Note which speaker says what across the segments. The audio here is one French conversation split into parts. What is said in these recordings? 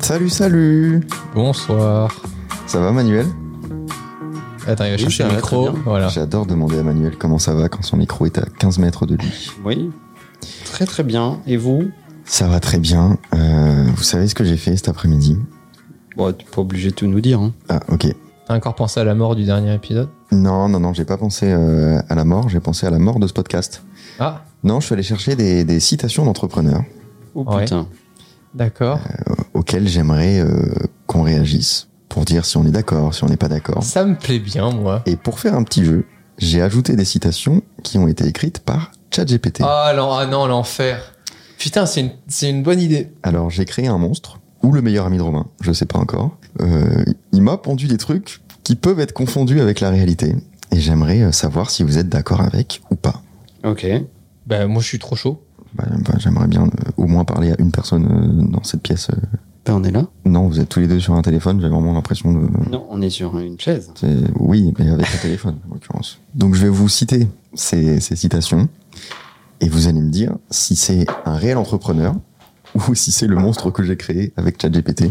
Speaker 1: Salut, salut
Speaker 2: Bonsoir.
Speaker 1: Ça va Manuel
Speaker 2: Attends, il va
Speaker 3: Oui,
Speaker 2: chercher
Speaker 3: ça
Speaker 2: le
Speaker 3: va,
Speaker 2: micro.
Speaker 3: très bien.
Speaker 2: Voilà.
Speaker 1: J'adore demander à Manuel comment ça va quand son micro est à 15 mètres de lui.
Speaker 3: Oui. Très très bien. Et vous
Speaker 1: Ça va très bien. Euh, vous savez ce que j'ai fait cet après-midi
Speaker 3: Bon, t'es pas obligé de tout nous dire. hein.
Speaker 1: Ah, ok.
Speaker 2: T'as encore pensé à la mort du dernier épisode
Speaker 1: Non, non, non, j'ai pas pensé euh, à la mort, j'ai pensé à la mort de ce podcast.
Speaker 2: Ah,
Speaker 1: Non, je suis allé chercher des, des citations d'entrepreneurs
Speaker 3: Oh
Speaker 2: Ouais.
Speaker 3: putain.
Speaker 2: d'accord.
Speaker 1: auxquelles j'aimerais euh, qu'on réagisse pour dire si on est d'accord, si on n'est pas d'accord.
Speaker 2: Ça me plaît bien, moi.
Speaker 1: Et pour faire un petit jeu, j'ai ajouté des citations qui ont été écrites par ChatGPT.
Speaker 2: Ah, l'en- ah non, l'enfer. Putain, c'est une, c'est une bonne idée.
Speaker 1: Alors j'ai créé un monstre, ou le meilleur ami de Romain, je sais pas encore. Euh, il m'a pondu des trucs qui peuvent être confondus avec la réalité. Et j'aimerais euh, savoir si vous êtes d'accord avec ou pas.
Speaker 3: Ok. Ben,
Speaker 2: Bah, moi, je suis trop chaud.
Speaker 1: Bah, bah, j'aimerais bien euh, au moins parler à une personne euh, dans cette pièce. euh.
Speaker 3: Ben, on est là
Speaker 1: Non, vous êtes tous les deux sur un téléphone, j'ai vraiment l'impression de...
Speaker 3: Non, on est sur une chaise.
Speaker 1: C'est- Oui, mais avec un téléphone, en l'occurrence. Donc je vais vous citer ces, ces citations, et vous allez me dire si c'est un réel entrepreneur, ou si c'est le monstre que j'ai créé avec ChatGPT.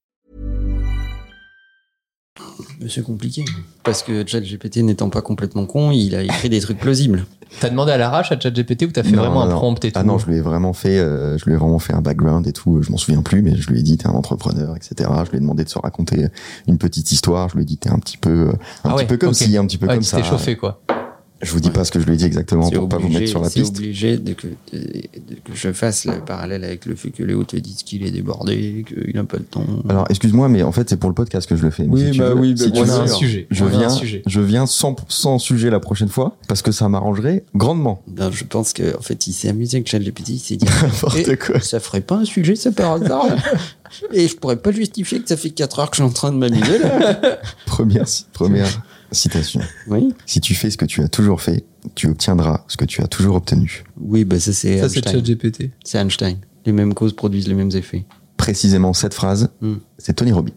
Speaker 3: Mais C'est compliqué. Parce que ChatGPT n'étant pas complètement con, il a écrit des trucs plausibles.
Speaker 2: T'as demandé à l'arrache à ChatGPT ou t'as fait
Speaker 1: Non,
Speaker 2: vraiment
Speaker 1: non,
Speaker 2: un
Speaker 1: non.
Speaker 2: prompt et tout
Speaker 1: Ah non, je lui ai vraiment fait, euh, je lui ai vraiment fait un background et tout. Je m'en souviens plus, mais je lui ai dit t'es un entrepreneur, etc. Je lui ai demandé de se raconter une petite histoire. Je lui ai dit t'es un petit peu, euh, un
Speaker 2: Ah
Speaker 1: petit
Speaker 2: ouais,
Speaker 1: peu comme
Speaker 2: ok.
Speaker 1: si, un petit peu
Speaker 2: Ah,
Speaker 1: comme
Speaker 2: tu
Speaker 1: ça.
Speaker 2: t'es chauffé, quoi.
Speaker 1: Je vous dis pas ce que je lui ai dit exactement
Speaker 3: C'est
Speaker 1: pour pas vous
Speaker 3: obligé-
Speaker 1: mettre sur la
Speaker 3: c'est
Speaker 1: piste.
Speaker 3: obligé de que, de- de que je fasse le parallèle avec le fait que Léo te dise qu'il est débordé, qu'il n'a pas le temps.
Speaker 1: Alors excuse-moi, mais en fait c'est pour le podcast que je le fais. Mais
Speaker 3: Oui,
Speaker 1: si tu
Speaker 3: bah
Speaker 1: veux-
Speaker 3: oui, bah
Speaker 1: si
Speaker 3: bien
Speaker 1: tu
Speaker 2: On a
Speaker 1: veux,
Speaker 2: un
Speaker 3: sûr.
Speaker 2: sujet.
Speaker 1: Je
Speaker 2: On a un
Speaker 1: viens,
Speaker 2: sujet.
Speaker 1: je viens sans, sans sujet la prochaine fois parce que ça m'arrangerait grandement.
Speaker 3: Ben, je pense qu'en fait, il s'est amusé avec ChatGPT, il s'est dit
Speaker 1: N'importe
Speaker 3: Et-
Speaker 1: quoi.
Speaker 3: Ça ferait pas un sujet, ça, par hasard Et je pourrais pas justifier que ça fait 4 heures que je suis en train de m'amuser, là.
Speaker 1: Première, ci- première citation.
Speaker 3: Oui.
Speaker 1: Si tu fais ce que tu as toujours fait, tu obtiendras ce que tu as toujours obtenu.
Speaker 3: Oui, bah ça, c'est
Speaker 2: Ça, c'est
Speaker 3: Einstein.
Speaker 2: ChatGPT.
Speaker 3: C'est Einstein. Les mêmes causes produisent les mêmes effets.
Speaker 1: Précisément cette phrase,
Speaker 3: Hmm.
Speaker 1: c'est Tony Robbins.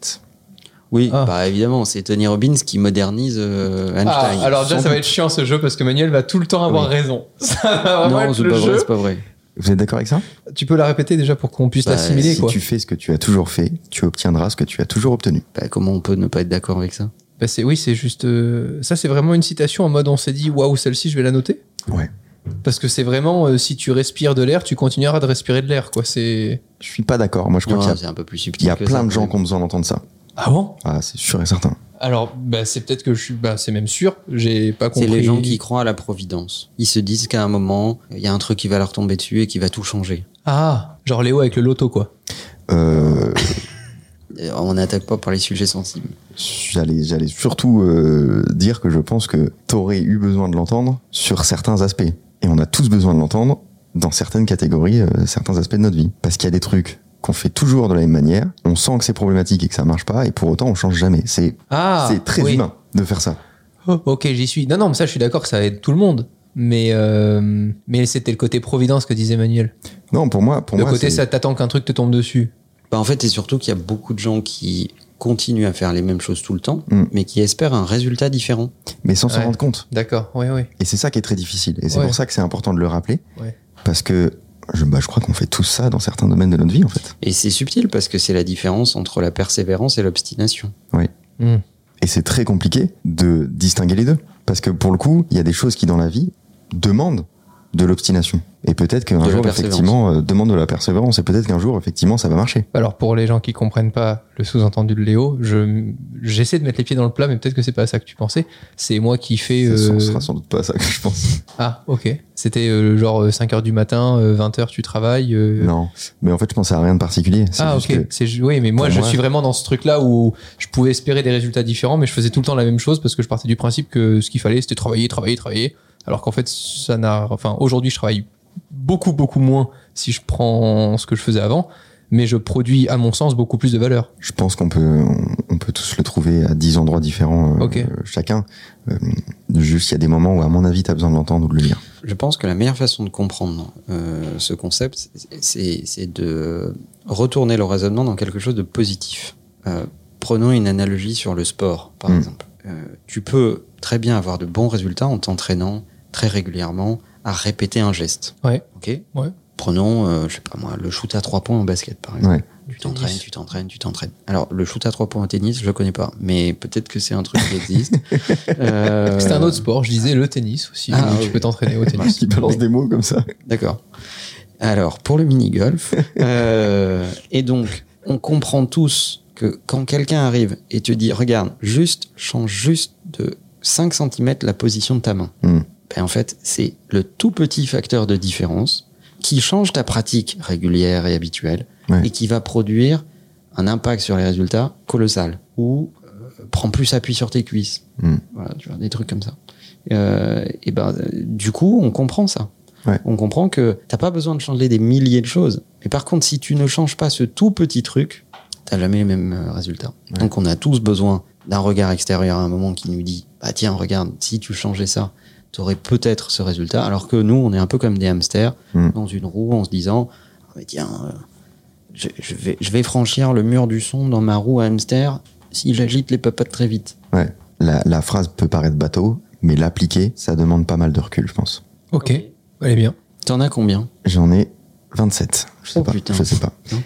Speaker 3: Oui,
Speaker 2: Ah.
Speaker 3: bah évidemment, c'est Tony Robbins qui modernise euh,
Speaker 2: Ah,
Speaker 3: Einstein.
Speaker 2: alors déjà,
Speaker 3: Sans
Speaker 2: ça va
Speaker 3: doute.
Speaker 2: être chiant ce jeu parce que Manuel va tout le temps avoir
Speaker 3: Oui.
Speaker 2: raison. Ça va vraiment
Speaker 3: Non,
Speaker 2: être
Speaker 3: c'est
Speaker 2: le
Speaker 3: pas vrai,
Speaker 2: jeu.
Speaker 3: c'est pas vrai.
Speaker 1: Vous êtes d'accord avec ça
Speaker 2: Tu peux la répéter déjà pour qu'on puisse
Speaker 3: Bah,
Speaker 2: l'assimiler,
Speaker 1: Si
Speaker 2: quoi.
Speaker 1: tu fais ce que tu as toujours fait, tu obtiendras ce que tu as toujours obtenu.
Speaker 3: Bah, comment on peut ne pas être d'accord avec ça
Speaker 2: Bah c'est oui, c'est juste euh, ça c'est vraiment une citation en mode on s'est dit waouh, celle-ci je vais la noter.
Speaker 1: Ouais.
Speaker 2: Parce que c'est vraiment euh, si tu respires de l'air, tu continueras de respirer de l'air quoi, c'est
Speaker 1: Je suis pas d'accord. Moi, je crois
Speaker 3: Non,
Speaker 1: qu'il y a,
Speaker 3: C'est un peu plus
Speaker 1: il
Speaker 3: subtil.
Speaker 1: y a
Speaker 3: que
Speaker 1: plein
Speaker 3: ça,
Speaker 1: de
Speaker 3: quand
Speaker 1: gens
Speaker 3: même.
Speaker 1: qui ont besoin d'entendre ça.
Speaker 2: Ah bon
Speaker 1: Ah, c'est sûr et certain.
Speaker 2: Alors bah c'est peut-être que je suis bah c'est même sûr, j'ai pas
Speaker 3: C'est
Speaker 2: compris.
Speaker 3: les gens qui croient à la providence. Ils se disent qu'à un moment, il y a un truc qui va leur tomber dessus et qui va tout changer.
Speaker 2: Ah, genre Léo avec le loto quoi.
Speaker 1: Euh,
Speaker 3: Et Euh, On n'attaque pas par les sujets sensibles.
Speaker 1: j'allais, j'allais surtout euh, dire que je pense que t'aurais eu besoin de l'entendre sur certains aspects. Et on a tous besoin de l'entendre dans certaines catégories, euh, certains aspects de notre vie. Parce qu'il y a des trucs qu'on fait toujours de la même manière, on sent que c'est problématique et que ça marche pas, et pour autant on change jamais. C'est,
Speaker 2: Ah,
Speaker 1: c'est très
Speaker 2: oui.
Speaker 1: humain de faire ça.
Speaker 2: Oh, OK, j'y suis. Non non, mais ça je suis d'accord que ça aide tout le monde. Mais euh, mais c'était le côté providence que disait Manuel.
Speaker 1: Non, pour moi, pour
Speaker 2: le
Speaker 1: moi,
Speaker 2: côté
Speaker 1: c'est-
Speaker 2: ça t'attend qu'un truc te tombe dessus.
Speaker 3: Bah, en fait, c'est surtout qu'il y a beaucoup de gens qui continuent à faire les mêmes choses tout le temps,
Speaker 1: Mm.
Speaker 3: mais qui espèrent un résultat différent.
Speaker 1: mais sans s'en
Speaker 2: Ouais.
Speaker 1: rendre compte.
Speaker 2: D'accord. Oui oui.
Speaker 1: Et c'est ça qui est très difficile. Et c'est
Speaker 2: Ouais.
Speaker 1: pour ça que c'est important de le rappeler.
Speaker 2: Ouais.
Speaker 1: Parce que je, bah, je crois qu'on fait tous ça dans certains domaines de notre vie, en fait.
Speaker 3: Et c'est subtil parce que c'est la différence entre la persévérance et l'obstination.
Speaker 2: Hmm.
Speaker 1: Et c'est très compliqué de distinguer les deux. Parce que pour le coup, il y a des choses qui, dans la vie, demandent de l'obstination. Et peut-être qu'un
Speaker 3: De la
Speaker 1: jour,
Speaker 3: persévérance.
Speaker 1: effectivement, euh, demande de la persévérance. Et peut-être qu'un jour, effectivement, ça va marcher.
Speaker 2: Alors pour les gens qui comprennent pas le sous-entendu de Léo, je j'essaie de mettre les pieds dans le plat, mais peut-être que c'est pas à ça que tu pensais. C'est moi qui fais.
Speaker 1: Ce
Speaker 2: euh,
Speaker 1: sera sans doute pas ça que je pense.
Speaker 2: Ah ok. C'était euh, genre 5h du matin, 20h tu travailles. euh,
Speaker 1: Non. Mais en fait, je pense à rien de particulier. C'est
Speaker 2: Ah
Speaker 1: juste
Speaker 2: ok.
Speaker 1: que-
Speaker 2: C'est ju- oui, mais moi
Speaker 1: pour
Speaker 2: je
Speaker 1: moi-
Speaker 2: suis vraiment dans ce truc là où je pouvais espérer des résultats différents, mais je faisais tout le temps la même chose parce que je partais du principe que ce qu'il fallait c'était travailler, travailler, travailler. Alors qu'en fait ça n'a. Enfin aujourd'hui je travaille beaucoup beaucoup moins si je prends ce que je faisais avant. mais je produis, à mon sens, beaucoup plus de valeur.
Speaker 1: Je pense qu'on peut, on, on peut tous le trouver à 10 endroits différents euh,
Speaker 2: Ok.
Speaker 1: euh, chacun. Euh, juste, il y a des moments où, à mon avis, t'as besoin de l'entendre ou de le lire.
Speaker 3: Je pense que la meilleure façon de comprendre euh, ce concept, c'est c'est de retourner le raisonnement dans quelque chose de positif. Euh, prenons une analogie sur le sport, par
Speaker 2: Hmm.
Speaker 1: Mm.
Speaker 3: exemple. Euh, tu peux très bien avoir de bons résultats en t'entraînant très régulièrement à répéter un geste.
Speaker 2: Ouais.
Speaker 3: Ok.
Speaker 2: Ouais.
Speaker 3: Prenons, euh, je sais pas moi, le shoot à trois points en basket, par exemple.
Speaker 1: Ouais.
Speaker 3: Tu t'entraînes, tu t'entraînes, tu t'entraînes. Alors, le shoot à trois points au tennis, je le connais pas, mais peut-être que c'est un truc qui existe. Euh,
Speaker 2: C'est un autre sport, je disais le tennis aussi.
Speaker 3: Ah,
Speaker 2: où tu
Speaker 3: oui. Bah,
Speaker 2: peux t'entraîner au tennis.
Speaker 1: Il balance des mots comme ça.
Speaker 3: D'accord. Alors, pour le mini-golf, euh, et donc, on comprend tous que quand quelqu'un arrive et te dit, regarde, juste, change juste de 5 cm la position de ta main,
Speaker 1: Mm.
Speaker 3: ben, en fait, c'est le tout petit facteur de différence qui change ta pratique régulière et habituelle
Speaker 1: Ouais.
Speaker 3: et qui va produire un impact sur les résultats colossal. Ou euh, prends plus appui sur tes cuisses.
Speaker 1: Mm.
Speaker 3: Voilà, tu vois, des trucs comme ça. Euh, et ben, euh, du coup, on comprend ça on comprend que t'as pas besoin de changer des milliers de choses. Mais par contre, si tu ne changes pas ce tout petit truc, t'as jamais les mêmes euh, résultats.
Speaker 1: Ouais.
Speaker 3: Donc on a tous besoin d'un regard extérieur à un moment qui nous dit, bah tiens, regarde, si tu changeais ça, t'aurais peut-être ce résultat. Alors que nous, on est un peu comme des hamsters
Speaker 1: Mm.
Speaker 3: dans une roue en se disant, Ah, mais tiens, euh, je, je vais, je vais franchir le mur du son dans ma roue à hamster si j'agite les papates très vite.
Speaker 1: Ouais. La, la phrase peut paraître bateau, mais l'appliquer, ça demande pas mal de recul, je pense.
Speaker 2: Ok, allez bien.
Speaker 3: T'en as combien
Speaker 1: J'en ai 27. Je sais
Speaker 3: Oh,
Speaker 1: pas.
Speaker 3: putain.
Speaker 1: Je sais pas.
Speaker 3: Non.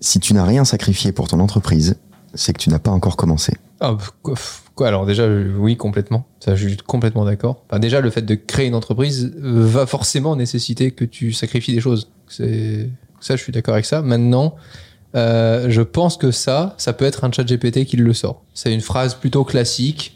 Speaker 1: Si tu n'as rien sacrifié pour ton entreprise, c'est que tu n'as pas encore commencé.
Speaker 2: Ah, pff, quoi, pff, quoi, alors déjà, euh, oui, complètement. Ça, je suis complètement d'accord. Enfin, déjà, le fait de créer une entreprise euh, va forcément nécessiter que tu sacrifies des choses. C'est ça, je suis d'accord avec ça. Maintenant, euh, je pense que ça, ça peut être un chat GPT qui le sort. C'est une phrase plutôt classique.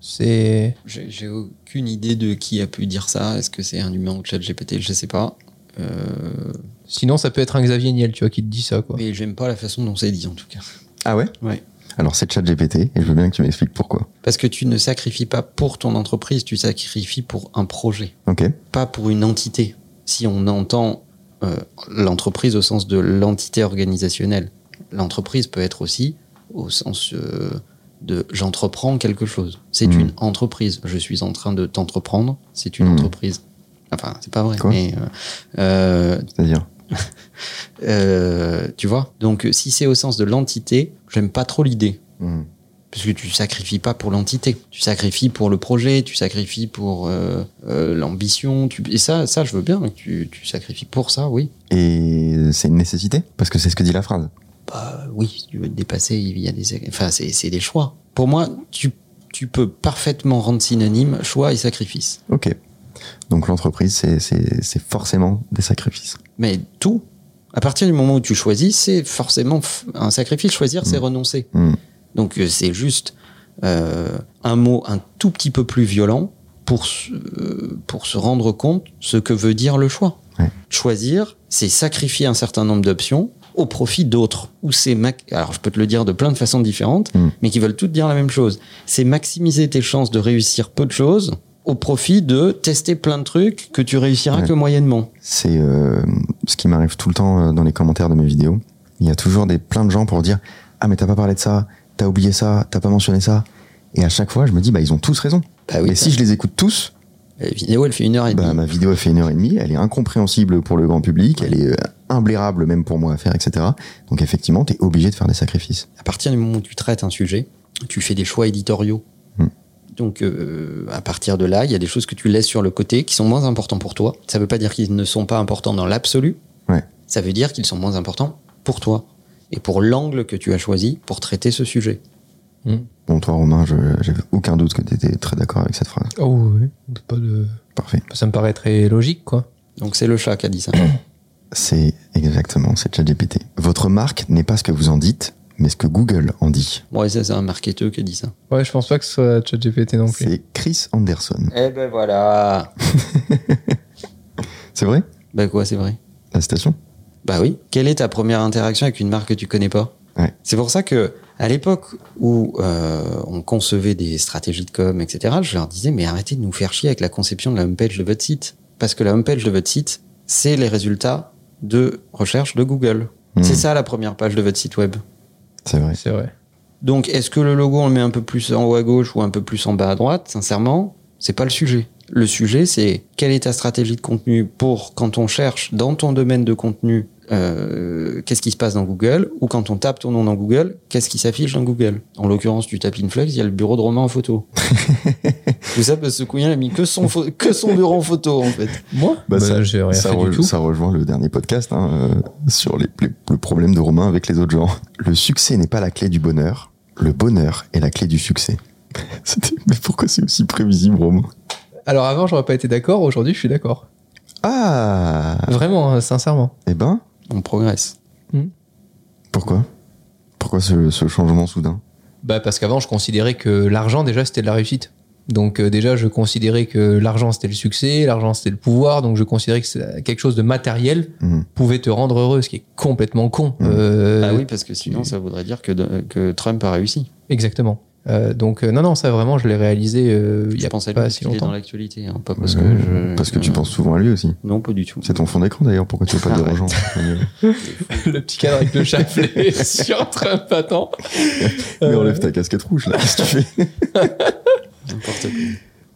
Speaker 2: C'est
Speaker 3: J'ai j'ai aucune idée de qui a pu dire ça. Est-ce que c'est un humain ou chat GPT Je sais pas. Euh,
Speaker 2: sinon, ça peut être un Xavier Niel, tu vois, qui te dit ça, quoi.
Speaker 3: mais j'aime pas la façon dont c'est dit en tout cas.
Speaker 1: Ah ouais
Speaker 3: Ouais.
Speaker 1: Alors c'est ChatGPT et je veux bien que tu m'expliques pourquoi.
Speaker 3: Parce que tu ne sacrifies pas pour ton entreprise, tu sacrifies pour un projet,
Speaker 1: Ok.
Speaker 3: pas pour une entité. Si on entend euh, l'entreprise au sens de l'entité organisationnelle, l'entreprise peut être aussi au sens euh, de j'entreprends quelque chose. C'est
Speaker 1: Mhm.
Speaker 3: une entreprise. Je suis en train de t'entreprendre. C'est une
Speaker 1: Mhm.
Speaker 3: entreprise. Enfin, c'est pas vrai,
Speaker 1: Quoi
Speaker 3: mais euh, euh,
Speaker 1: C'est-à-dire
Speaker 3: Euh, tu vois Donc, si c'est au sens de l'entité, j'aime pas trop l'idée.
Speaker 1: Hmm.
Speaker 3: Parce que tu sacrifies pas pour l'entité. Tu sacrifies pour le projet, tu sacrifies pour euh, euh, l'ambition. Tu... Et ça, ça, je veux bien que tu, tu sacrifies pour ça, oui.
Speaker 1: Et c'est une nécessité parce que c'est ce que dit la phrase.
Speaker 3: Bah oui, si tu veux te dépasser, il y a des... sac- Enfin, c'est c'est des choix. Pour moi, tu, tu peux parfaitement rendre synonyme choix et sacrifice.
Speaker 1: Ok. Donc l'entreprise, c'est- c'est c'est forcément des sacrifices.
Speaker 3: Mais tout, à partir du moment où tu choisis, c'est forcément f- un sacrifice. Choisir, c'est renoncer.
Speaker 1: Hmm.
Speaker 3: Donc euh, c'est juste euh, un mot un tout petit peu plus violent pour se, euh, pour se rendre compte ce que veut dire le choix.
Speaker 1: Ouais.
Speaker 3: Choisir, c'est sacrifier un certain nombre d'options au profit d'autres. Ou c'est mac- alors je peux te le dire de plein de façons différentes,
Speaker 1: Mm.
Speaker 3: mais qui veulent toutes dire la même chose. C'est maximiser tes chances de réussir peu de choses au profit de tester plein de trucs que tu réussiras
Speaker 1: Ouais.
Speaker 3: que moyennement.
Speaker 1: c'est euh, ce qui m'arrive tout le temps euh, dans les commentaires de mes vidéos. Il y a toujours des plein de gens pour dire ah mais t'as pas parlé de ça, t'as oublié ça, t'as pas mentionné ça. Et à chaque fois, je me dis bah ils ont tous raison.
Speaker 3: Bah
Speaker 1: mais si je les écoute tous,
Speaker 3: la vidéo elle fait une heure et
Speaker 1: bah
Speaker 3: demie.
Speaker 1: ma vidéo elle fait une heure et demie, elle est incompréhensible pour le grand public, elle est euh, imblairable même pour moi à faire, etc. Donc effectivement, t'es obligé de faire des sacrifices.
Speaker 3: à partir du moment où tu traites un sujet, tu fais des choix éditoriaux.
Speaker 1: Hmm.
Speaker 3: Donc, euh, à partir de là, il y a des choses que tu laisses sur le côté qui sont moins importants pour toi. Ça ne veut pas dire qu'ils ne sont pas importants dans l'absolu.
Speaker 1: Ouais.
Speaker 3: Ça veut dire qu'ils sont moins importants pour toi et pour l'angle que tu as choisi pour traiter ce sujet.
Speaker 1: Bon toi Romain, je- j'avais aucun doute que t'étais très d'accord avec cette phrase.
Speaker 2: Oh oui, pas de.
Speaker 1: Parfait.
Speaker 2: Ça me paraît très logique, quoi.
Speaker 3: Donc, c'est le chat qui a dit ça.
Speaker 1: C'est exactement, c'est ChatGPT. Votre marque n'est pas ce que vous en dites, mais ce que Google en dit.
Speaker 3: ouais, ça, c'est un marketeur qui a dit ça.
Speaker 2: Ouais, je pense pas que ce soit chat GPT non plus.
Speaker 1: C'est Chris Anderson.
Speaker 3: Eh ben voilà
Speaker 1: C'est vrai
Speaker 3: Bah quoi, c'est vrai
Speaker 1: La citation
Speaker 3: Bah oui. Quelle est ta première interaction avec une marque que tu connais pas
Speaker 1: Ouais.
Speaker 3: C'est pour ça que à l'époque où euh, on concevait des stratégies de com, etc., je leur disais mais arrêtez de nous faire chier avec la conception de la homepage de votre site, parce que la homepage de votre site, c'est les résultats de recherche de Google.
Speaker 1: Hmm.
Speaker 3: C'est ça la première page de votre site web.
Speaker 1: C'est vrai.
Speaker 2: C'est vrai.
Speaker 3: Donc, est-ce que le logo, on le met un peu plus en haut à gauche ou un peu plus en bas à droite Sincèrement, c'est pas le sujet. Le sujet, c'est quelle est ta stratégie de contenu pour quand on cherche dans ton domaine de contenu, euh, qu'est-ce qui se passe dans Google Ou quand on tape ton nom dans Google, qu'est-ce qui s'affiche dans Google En l'occurrence, tu tapes Influx, il y a le bureau de Romain en photo. Tout ça parce que ce couillon a mis que son, pho- que son bureau en photo, en fait.
Speaker 2: Moi
Speaker 1: Bah, ça-
Speaker 2: j'ai rien
Speaker 1: Ça,
Speaker 2: fait
Speaker 1: re-
Speaker 2: du tout.
Speaker 1: ça rejoint le dernier podcast hein, euh, sur les, les- le problème de Romain avec les autres gens. Le succès n'est pas la clé du bonheur. Le bonheur est la clé du succès. C'était- Mais pourquoi c'est aussi prévisible, Romain
Speaker 2: Alors avant, j'aurais pas été d'accord. Aujourd'hui, je suis d'accord.
Speaker 1: Ah
Speaker 2: Vraiment, euh, sincèrement.
Speaker 1: Eh ben,
Speaker 3: On progresse.
Speaker 1: pourquoi Pourquoi ce, ce changement soudain
Speaker 2: Bah parce qu'avant, je considérais que l'argent déjà c'était de la réussite. Donc euh, déjà, je considérais que l'argent c'était le succès, l'argent c'était le pouvoir. Donc je considérais que c'est- quelque chose de matériel
Speaker 1: Hmm.
Speaker 2: pouvait te rendre heureux, ce qui est complètement con.
Speaker 1: Mm.
Speaker 2: Euh,
Speaker 3: ah oui, parce que sinon, ça voudrait dire que, de- que Trump a réussi.
Speaker 2: Exactement. Euh, donc euh, non, non, ça vraiment, je l'ai réalisé euh, il y
Speaker 3: je
Speaker 2: a
Speaker 3: pensais
Speaker 2: pas
Speaker 3: lui
Speaker 2: si
Speaker 3: qu'il est
Speaker 2: longtemps.
Speaker 3: dans l'actualité, hein, pas parce que
Speaker 1: Euh,
Speaker 3: je-
Speaker 1: Parce que tu
Speaker 3: euh,
Speaker 1: penses souvent à lui aussi.
Speaker 3: Non, pas du tout.
Speaker 1: C'est ton fond d'écran d'ailleurs, pourquoi tu veux pas dire aux gens
Speaker 2: le petit cadre avec le chapelet sur Trump attends.
Speaker 1: Mais
Speaker 2: Euh,
Speaker 1: enlève ta casquette rouge là, qu'est-ce que tu fais
Speaker 3: N'importe quoi.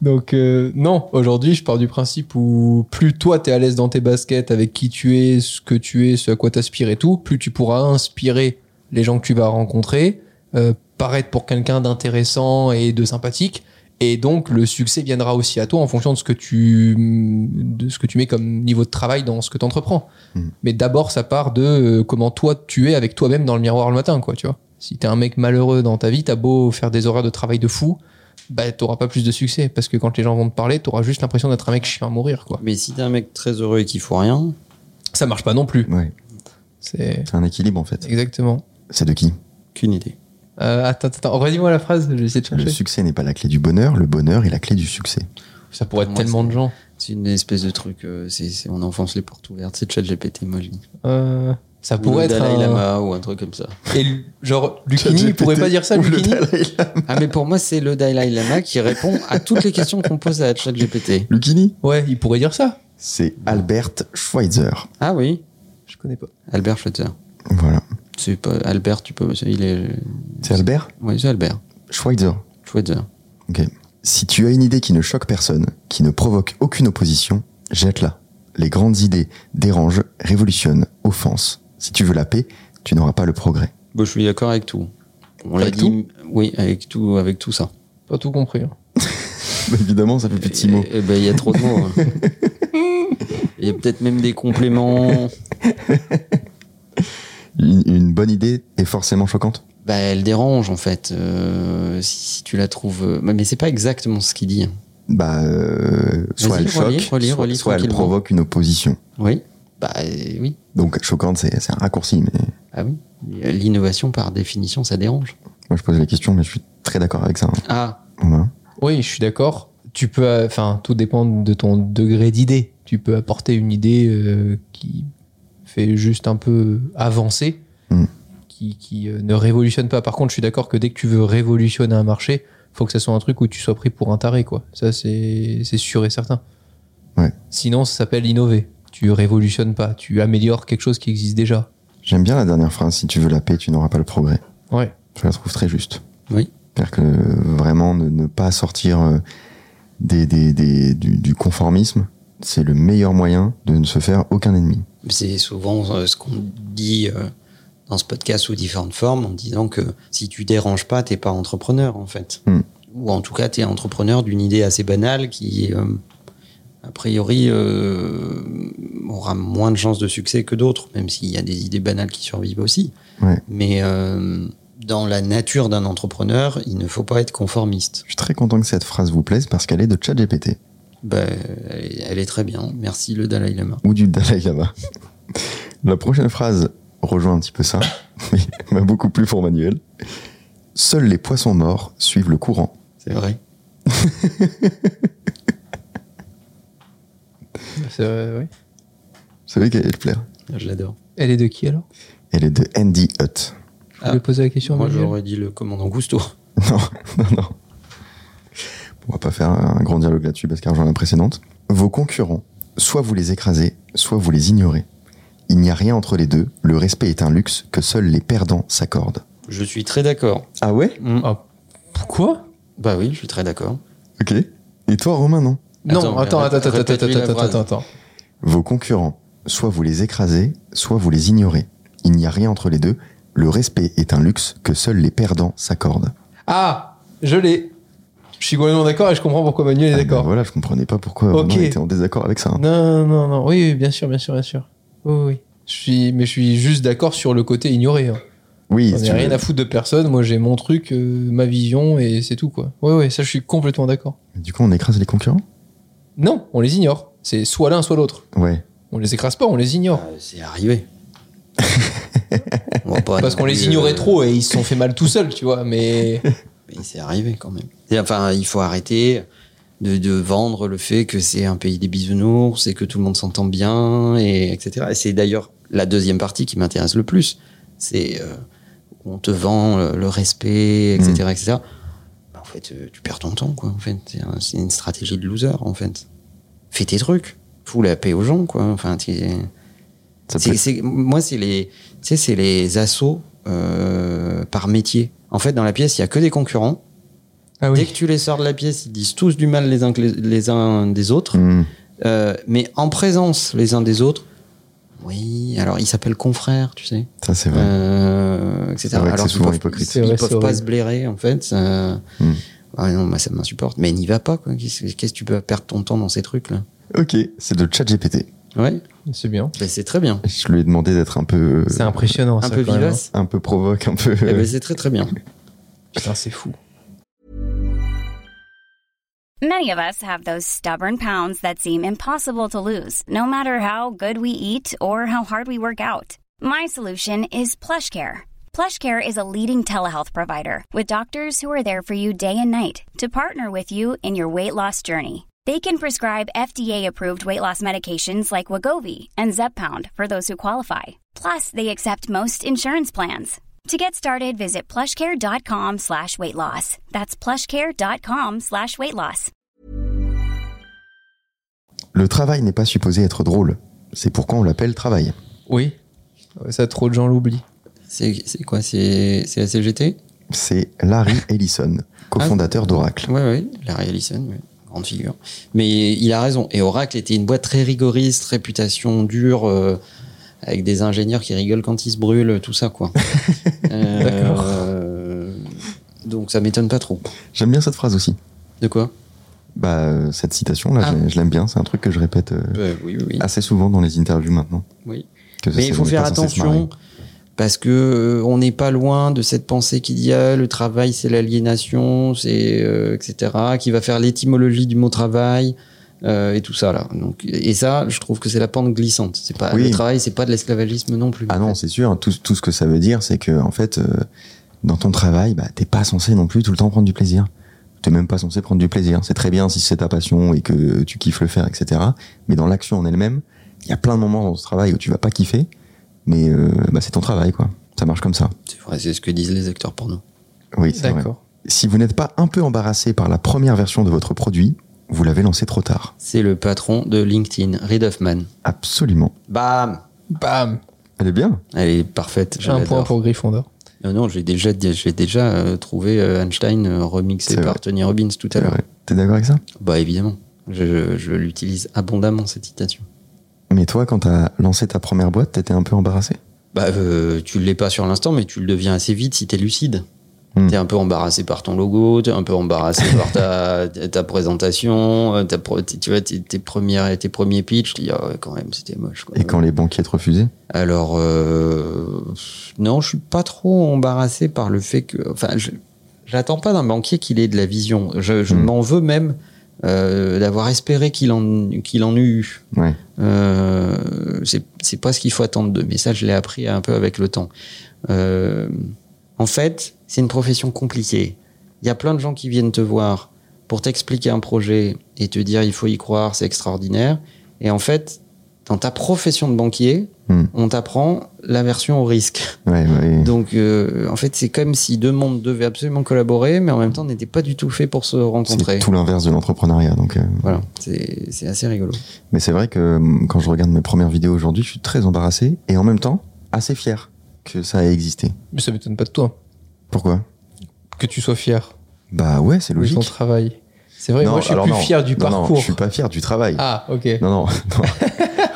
Speaker 2: Donc euh, non, aujourd'hui je pars du principe où plus toi t'es à l'aise dans tes baskets avec qui tu es, ce que tu es, ce à quoi t'aspires et tout, plus tu pourras inspirer les gens que tu vas rencontrer, euh, paraître pour quelqu'un d'intéressant et de sympathique, et donc le succès viendra aussi à toi en fonction de ce que tu de ce que tu mets comme niveau de travail dans ce que t'entreprends.
Speaker 1: Mhm.
Speaker 2: Mais d'abord ça part de euh, comment toi tu es avec toi-même dans le miroir le matin quoi, tu vois. Si t'es un mec malheureux dans ta vie, t'as beau faire des horaires de travail de fou, bah t'auras pas plus de succès parce que quand les gens vont te parler, t'auras juste l'impression d'être un mec chien à mourir quoi.
Speaker 3: Mais si t'es un mec très heureux et qu'il faut rien,
Speaker 2: Ça marche pas non plus.
Speaker 1: Ouais,
Speaker 2: C'est
Speaker 1: c'est un équilibre en fait.
Speaker 2: exactement.
Speaker 1: C'est de qui
Speaker 3: qu'une idée.
Speaker 2: Euh, attends, attends, redis-moi la phrase. Je vais essayer de
Speaker 1: Le
Speaker 2: chercher.
Speaker 1: succès n'est pas la clé du bonheur, le bonheur est la clé du succès.
Speaker 2: Ça pourrait être
Speaker 3: Moi,
Speaker 2: tellement de gens.
Speaker 3: C'est une espèce de truc, euh, c'est, c'est- on enfonce les portes ouvertes, c'est chat GPT, moi je dis.
Speaker 2: Euh, ça
Speaker 3: Ou
Speaker 2: pourrait
Speaker 3: le
Speaker 2: être
Speaker 3: Dalai
Speaker 2: un...
Speaker 3: Lama ou un truc comme ça.
Speaker 2: Et l- genre Lucini, il
Speaker 1: ChatGPT
Speaker 2: pourrait pas dire ça.
Speaker 1: ou le
Speaker 2: Lucini.
Speaker 1: Dalai Lama.
Speaker 3: Ah, mais pour moi, c'est le Dalai Lama qui répond à toutes les questions qu'on pose à chat GPT.
Speaker 1: Lucchini
Speaker 2: Ouais, il pourrait dire ça.
Speaker 1: C'est Albert Schweitzer.
Speaker 3: Ah oui,
Speaker 2: Je connais pas.
Speaker 3: Albert Schweitzer.
Speaker 1: Voilà.
Speaker 3: C'est pas Albert, tu peux. Il est.
Speaker 1: C'est Albert
Speaker 3: Ouais, c'est Albert
Speaker 1: Schweitzer.
Speaker 3: Schweitzer.
Speaker 1: Si tu as une idée qui ne choque personne, qui ne provoque aucune opposition, jette-la. Les grandes idées dérangent, révolutionnent, offensent. Si tu veux la paix, tu n'auras pas le progrès.
Speaker 3: Bon, je suis d'accord avec tout. On l'a
Speaker 2: Avec
Speaker 3: dit. Oui, avec tout, avec tout ça.
Speaker 2: Pas tout compris. hein.
Speaker 1: Bah, évidemment, ça fait petit mot.
Speaker 3: Eh ben, il y a trop de mots. hein. Il y a peut-être même des compléments.
Speaker 1: Une, une bonne idée est forcément choquante
Speaker 3: bah, elle dérange en fait euh, si, si tu la trouves euh, mais c'est pas exactement ce qu'il dit hein.
Speaker 1: Bah, euh, soit
Speaker 3: Vas-y,
Speaker 1: elle choque,
Speaker 3: relis, relis,
Speaker 1: soit,
Speaker 3: relis
Speaker 1: soit elle
Speaker 3: tranquillement.
Speaker 1: provoque une opposition.
Speaker 3: oui bah euh, oui
Speaker 1: Donc, choquante, c'est c'est un raccourci, mais
Speaker 3: ah oui l'innovation par définition ça dérange
Speaker 1: moi je pose la question, mais je suis très d'accord avec ça. hein.
Speaker 3: ah
Speaker 1: Voilà.
Speaker 2: Oui, je suis d'accord. Tu peux, euh, enfin, tout dépend de ton degré d'idée. Tu peux apporter une idée euh, qui fait juste un peu avancer,
Speaker 1: Mm.
Speaker 2: qui, qui, euh, ne révolutionne pas. Par contre, je suis d'accord que dès que tu veux révolutionner un marché, faut que ça soit un truc où tu sois pris pour un taré, quoi. Ça, c'est c'est sûr et certain.
Speaker 1: Ouais.
Speaker 2: Sinon, ça s'appelle innover. Tu révolutionnes pas, tu améliores quelque chose qui existe déjà.
Speaker 1: J'aime bien la dernière phrase, si tu veux la paix, tu n'auras pas le progrès.
Speaker 2: Ouais.
Speaker 1: Je la trouve très juste.
Speaker 3: Oui.
Speaker 1: C'est-à-dire que euh, vraiment ne, ne pas sortir euh, des, des- des- du, du conformisme, c'est le meilleur moyen de ne se faire aucun ennemi.
Speaker 3: c'est souvent euh, ce qu'on dit euh, dans ce podcast sous différentes formes en disant que si tu déranges pas t'es pas entrepreneur en fait
Speaker 1: Hmm.
Speaker 3: ou en tout cas t'es entrepreneur d'une idée assez banale qui euh, a priori euh, aura moins de chances de succès que d'autres même s'il y a des idées banales qui survivent aussi
Speaker 1: Ouais.
Speaker 3: mais euh, dans la nature d'un entrepreneur il ne faut pas être conformiste
Speaker 1: Je suis très content que cette phrase vous plaise parce qu'elle est de ChatGPT
Speaker 3: Ben, elle, est- elle est très bien merci le Dalai Lama
Speaker 1: ou du Dalai Lama. la prochaine phrase rejoint un petit peu ça, mais elle m'a beaucoup plu pour Manuel. Seuls les poissons morts suivent le courant.
Speaker 3: c'est vrai
Speaker 1: Vous savez qu'elle est de plaire.
Speaker 3: je l'adore
Speaker 2: Elle est de qui alors
Speaker 1: Elle est de Andy Hutt.
Speaker 2: Je voulais poser la question. à
Speaker 3: Ah, moi
Speaker 2: Manuel.
Speaker 3: j'aurais dit le commandant Gusto
Speaker 1: Non, non, non. On va pas faire un grand dialogue là-dessus parce qu'argent la précédente. Vos concurrents, soit vous les écrasez, soit vous les ignorez. Il n'y a rien entre les deux. Le respect est un luxe que seuls les perdants s'accordent.
Speaker 3: Je suis très d'accord.
Speaker 1: Ah ouais
Speaker 3: Mm.
Speaker 2: Ah. Pourquoi
Speaker 3: Bah oui, je suis très d'accord.
Speaker 1: Ok. Et toi, Romain, non
Speaker 2: Non, attends, attends,
Speaker 3: répète-
Speaker 2: attends, attends,
Speaker 3: répète-lui la
Speaker 2: attends,
Speaker 3: phrase.
Speaker 2: attends, attends.
Speaker 1: Vos concurrents, soit vous les écrasez, soit vous les ignorez. Il n'y a rien entre les deux. Le respect est un luxe que seuls les perdants s'accordent.
Speaker 2: Ah, je l'ai. Je suis complètement d'accord et je comprends pourquoi Manuel est
Speaker 1: Ah, ben
Speaker 2: d'accord.
Speaker 1: voilà, je comprenais pas pourquoi
Speaker 2: Ok.
Speaker 1: Romain était en désaccord avec ça. hein.
Speaker 2: Non, non, non. Oui, oui, bien sûr, bien sûr, bien sûr. Oui, oui, oui. Je suis, mais je suis juste d'accord sur le côté ignoré. hein.
Speaker 1: Oui,
Speaker 2: On
Speaker 1: si
Speaker 2: n'a
Speaker 1: tu
Speaker 2: rien
Speaker 1: veux.
Speaker 2: à foutre de personne. Moi, j'ai mon truc, euh, ma vision et c'est tout, quoi. Oui, oui, ça, je suis complètement d'accord.
Speaker 1: du coup, on écrase les concurrents
Speaker 2: Non, on les ignore. C'est soit l'un, soit l'autre.
Speaker 1: Ouais.
Speaker 2: On les écrase pas, on les ignore.
Speaker 3: Ah, C'est arrivé. On va pas
Speaker 2: Parce
Speaker 3: non
Speaker 2: qu'on les
Speaker 3: plus,
Speaker 2: ignorait
Speaker 3: euh,
Speaker 2: trop et ils se sont fait mal tout seuls, tu vois. Mais
Speaker 3: Mais c'est arrivé quand même. Et Enfin, il faut arrêter de, de vendre le fait que c'est un pays des bisounours et que tout le monde s'entend bien, et etc. Et c'est d'ailleurs la deuxième partie qui m'intéresse le plus. C'est euh, on te vend euh, le respect, etc. etc. Bah, en fait, euh, tu perds ton temps, quoi. En fait, c'est un- c'est une stratégie de loser, en fait. Fais tes trucs. Fous la paix aux gens, quoi. Enfin, t'es-
Speaker 1: Ça peut
Speaker 3: c'est,
Speaker 1: être-
Speaker 3: c'est- moi, c'est les, tu sais, c'est les assos euh, par métier. En fait, dans la pièce, il y a que des concurrents.
Speaker 2: ah
Speaker 3: Dès que tu les sors de la pièce, ils disent tous du mal les uns, que les, les uns des autres.
Speaker 1: Hmm.
Speaker 3: Euh, mais en présence les uns des autres, oui, alors ils s'appellent confrères, tu sais.
Speaker 1: Ça, c'est vrai.
Speaker 3: Euh, etc.
Speaker 1: C'est vrai que
Speaker 3: alors
Speaker 1: c'est
Speaker 3: ils
Speaker 1: souvent
Speaker 3: peuvent-
Speaker 1: hypocrite.
Speaker 2: C'est
Speaker 3: Ils,
Speaker 2: vrai, c'est
Speaker 3: peuvent pas
Speaker 2: horrible.
Speaker 3: se blairer, en fait. Euh,
Speaker 1: Hmm.
Speaker 3: ah non, moi, ça m'insupporte. Mais n'y va pas, quoi. Qu'est-ce qu'est-ce que tu peux perdre ton temps dans ces trucs-là
Speaker 1: Ok, c'est de chat GPT.
Speaker 3: Ouais,
Speaker 2: C'est bien.
Speaker 3: mais c'est très bien.
Speaker 1: Je lui ai demandé d'être un peu.
Speaker 2: C'est impressionnant.
Speaker 3: Un
Speaker 2: ça,
Speaker 3: peu
Speaker 2: quand même,
Speaker 3: vivace.
Speaker 1: Un peu provoque, un peu.
Speaker 3: Eh ben, c'est très très bien.
Speaker 2: hein. Putain, c'est fou.
Speaker 4: Many of us have those stubborn pounds that seem impossible to lose, no matter how good we eat or how hard we work out. My solution is PlushCare. PlushCare is a leading telehealth provider with doctors who are there for you day and night to partner with you in your weight loss journey. They can prescribe FDA-approved weight loss medications like Wagovi and Zepbound for those who qualify. Plus, they accept most insurance plans. To get started, visit plushcare.com slash weight loss. That's plushcare.com slash weight loss.
Speaker 1: Le travail n'est pas supposé être drôle. C'est pourquoi on l'appelle travail.
Speaker 2: Oui. Ouais, Ça, trop de gens l'oublient.
Speaker 3: C'est c'est quoi C'est c'est la CGT
Speaker 1: C'est Larry Ellison,
Speaker 2: Ah.
Speaker 1: cofondateur d'Oracle.
Speaker 3: Ouais, ouais, Larry Ellison, ouais, grande figure. Mais il a raison. Et Oracle était une boîte très rigoriste, réputation dure, euh, avec des ingénieurs qui rigolent quand ils se brûlent, tout ça, quoi. Euh,
Speaker 2: D'accord.
Speaker 3: euh, donc ça m'étonne pas trop.
Speaker 1: J'aime bien cette phrase aussi.
Speaker 3: De quoi
Speaker 1: Bah, euh, cette citation là,
Speaker 3: Ah.
Speaker 1: je, je l'aime bien. C'est un truc que je répète euh,
Speaker 3: Oui, oui, oui.
Speaker 1: assez souvent dans les interviews maintenant.
Speaker 3: Oui.
Speaker 1: Que ça,
Speaker 3: Mais
Speaker 1: c'est-
Speaker 3: il faut
Speaker 1: on est
Speaker 3: faire
Speaker 1: pas censé se marrer.
Speaker 3: attention parce que euh, on n'est pas loin de cette pensée qui dit ah, le travail c'est l'aliénation, c'est euh, etc. qui va faire l'étymologie du mot travail euh, et tout ça là. Donc et ça, je trouve que c'est la pente glissante. C'est pas
Speaker 1: Oui.
Speaker 3: le travail, c'est pas de l'esclavagisme non plus.
Speaker 1: Ah non, c'est sûr. Tout, tout ce que ça veut dire, c'est que en fait, euh, dans ton travail, bah, t'es pas censé non plus tout le temps prendre du plaisir. T'es même pas censé prendre du plaisir. C'est très bien si c'est ta passion et que tu kiffes le faire, etc. Mais dans l'action en elle-même, il y a plein de moments dans ce travail où tu vas pas kiffer, mais euh, bah, c'est ton travail, quoi. Ça marche comme ça.
Speaker 3: c'est vrai, c'est ce que disent les acteurs porno.
Speaker 1: Oui, c'est vrai.
Speaker 2: D'accord.
Speaker 1: Si vous n'êtes pas un peu embarrassé par la première version de votre produit, vous l'avez lancé trop tard.
Speaker 3: C'est le patron de LinkedIn, Reid Hoffman.
Speaker 1: Absolument.
Speaker 3: Bam,
Speaker 2: Bam.
Speaker 1: Elle est bien.
Speaker 3: elle est parfaite. Je
Speaker 2: Un point
Speaker 3: l'adore. Euh,
Speaker 2: pour Gryffondor.
Speaker 3: Non non, j'ai déjà j'ai déjà euh, trouvé euh, Einstein euh, remixé
Speaker 1: C'est
Speaker 3: par
Speaker 1: vrai.
Speaker 3: Tony Robbins tout à l'heure.
Speaker 1: Ouais. T'es d'accord avec ça
Speaker 3: Bah évidemment, je, je- je l'utilise abondamment cette citation.
Speaker 1: Mais toi, quand t'as lancé ta première boîte, t'étais un peu embarrassé
Speaker 3: Bah euh, tu l'es pas sur l'instant, mais tu le deviens assez vite si t'es lucide.
Speaker 1: Hmm.
Speaker 3: T'es un peu embarrassé par ton logo, t'es un peu embarrassé par ta, ta présentation, euh, ta pro- tu vois, tes, tes premières, tes premiers pitchs, tu dis ah ouais, quand même c'était moche. Quoi.
Speaker 1: Et quand les banquiers te refusaient
Speaker 3: Alors, euh, non, je suis pas trop embarrassé par le fait que. Enfin, je j'attends pas d'un banquier qu'il ait de la vision. Je, je
Speaker 1: Mm.
Speaker 3: m'en veux même euh, d'avoir espéré qu'il en, qu'il en eût eu.
Speaker 1: Ouais.
Speaker 3: Euh, c'est c'est pas ce qu'il faut attendre d'eux, mais ça, je l'ai appris un peu avec le temps. Euh, en fait, c'est une profession compliquée. Il y a plein de gens qui viennent te voir pour t'expliquer un projet et te dire il faut y croire, c'est extraordinaire. Et en fait, t'en dans ta profession de banquier,
Speaker 1: Hmm.
Speaker 3: on t'apprend la version au risque.
Speaker 1: Ouais, ouais.
Speaker 3: Donc, euh, en fait, c'est comme si deux mondes devaient absolument collaborer, mais en même temps, n'étaient pas du tout faits pour se rencontrer.
Speaker 1: c'est tout l'inverse de l'entrepreneuriat. Donc, euh,
Speaker 3: Voilà, c'est c'est assez rigolo.
Speaker 1: Mais c'est vrai que euh, quand je regarde mes premières vidéos aujourd'hui, je suis très embarrassé et en même temps assez fier que ça ait existé.
Speaker 2: Mais ça m'étonne pas de toi.
Speaker 1: Pourquoi
Speaker 2: Que tu sois fier
Speaker 1: Bah ouais, c'est
Speaker 2: de ton
Speaker 1: logique.
Speaker 2: travail. C'est vrai,
Speaker 1: Non,
Speaker 2: moi je suis
Speaker 1: alors
Speaker 2: plus
Speaker 1: non.
Speaker 2: fier du
Speaker 1: Non, non,
Speaker 2: parcours.
Speaker 1: je suis pas fier du travail.
Speaker 2: Ah, ok.
Speaker 1: Non, non, non.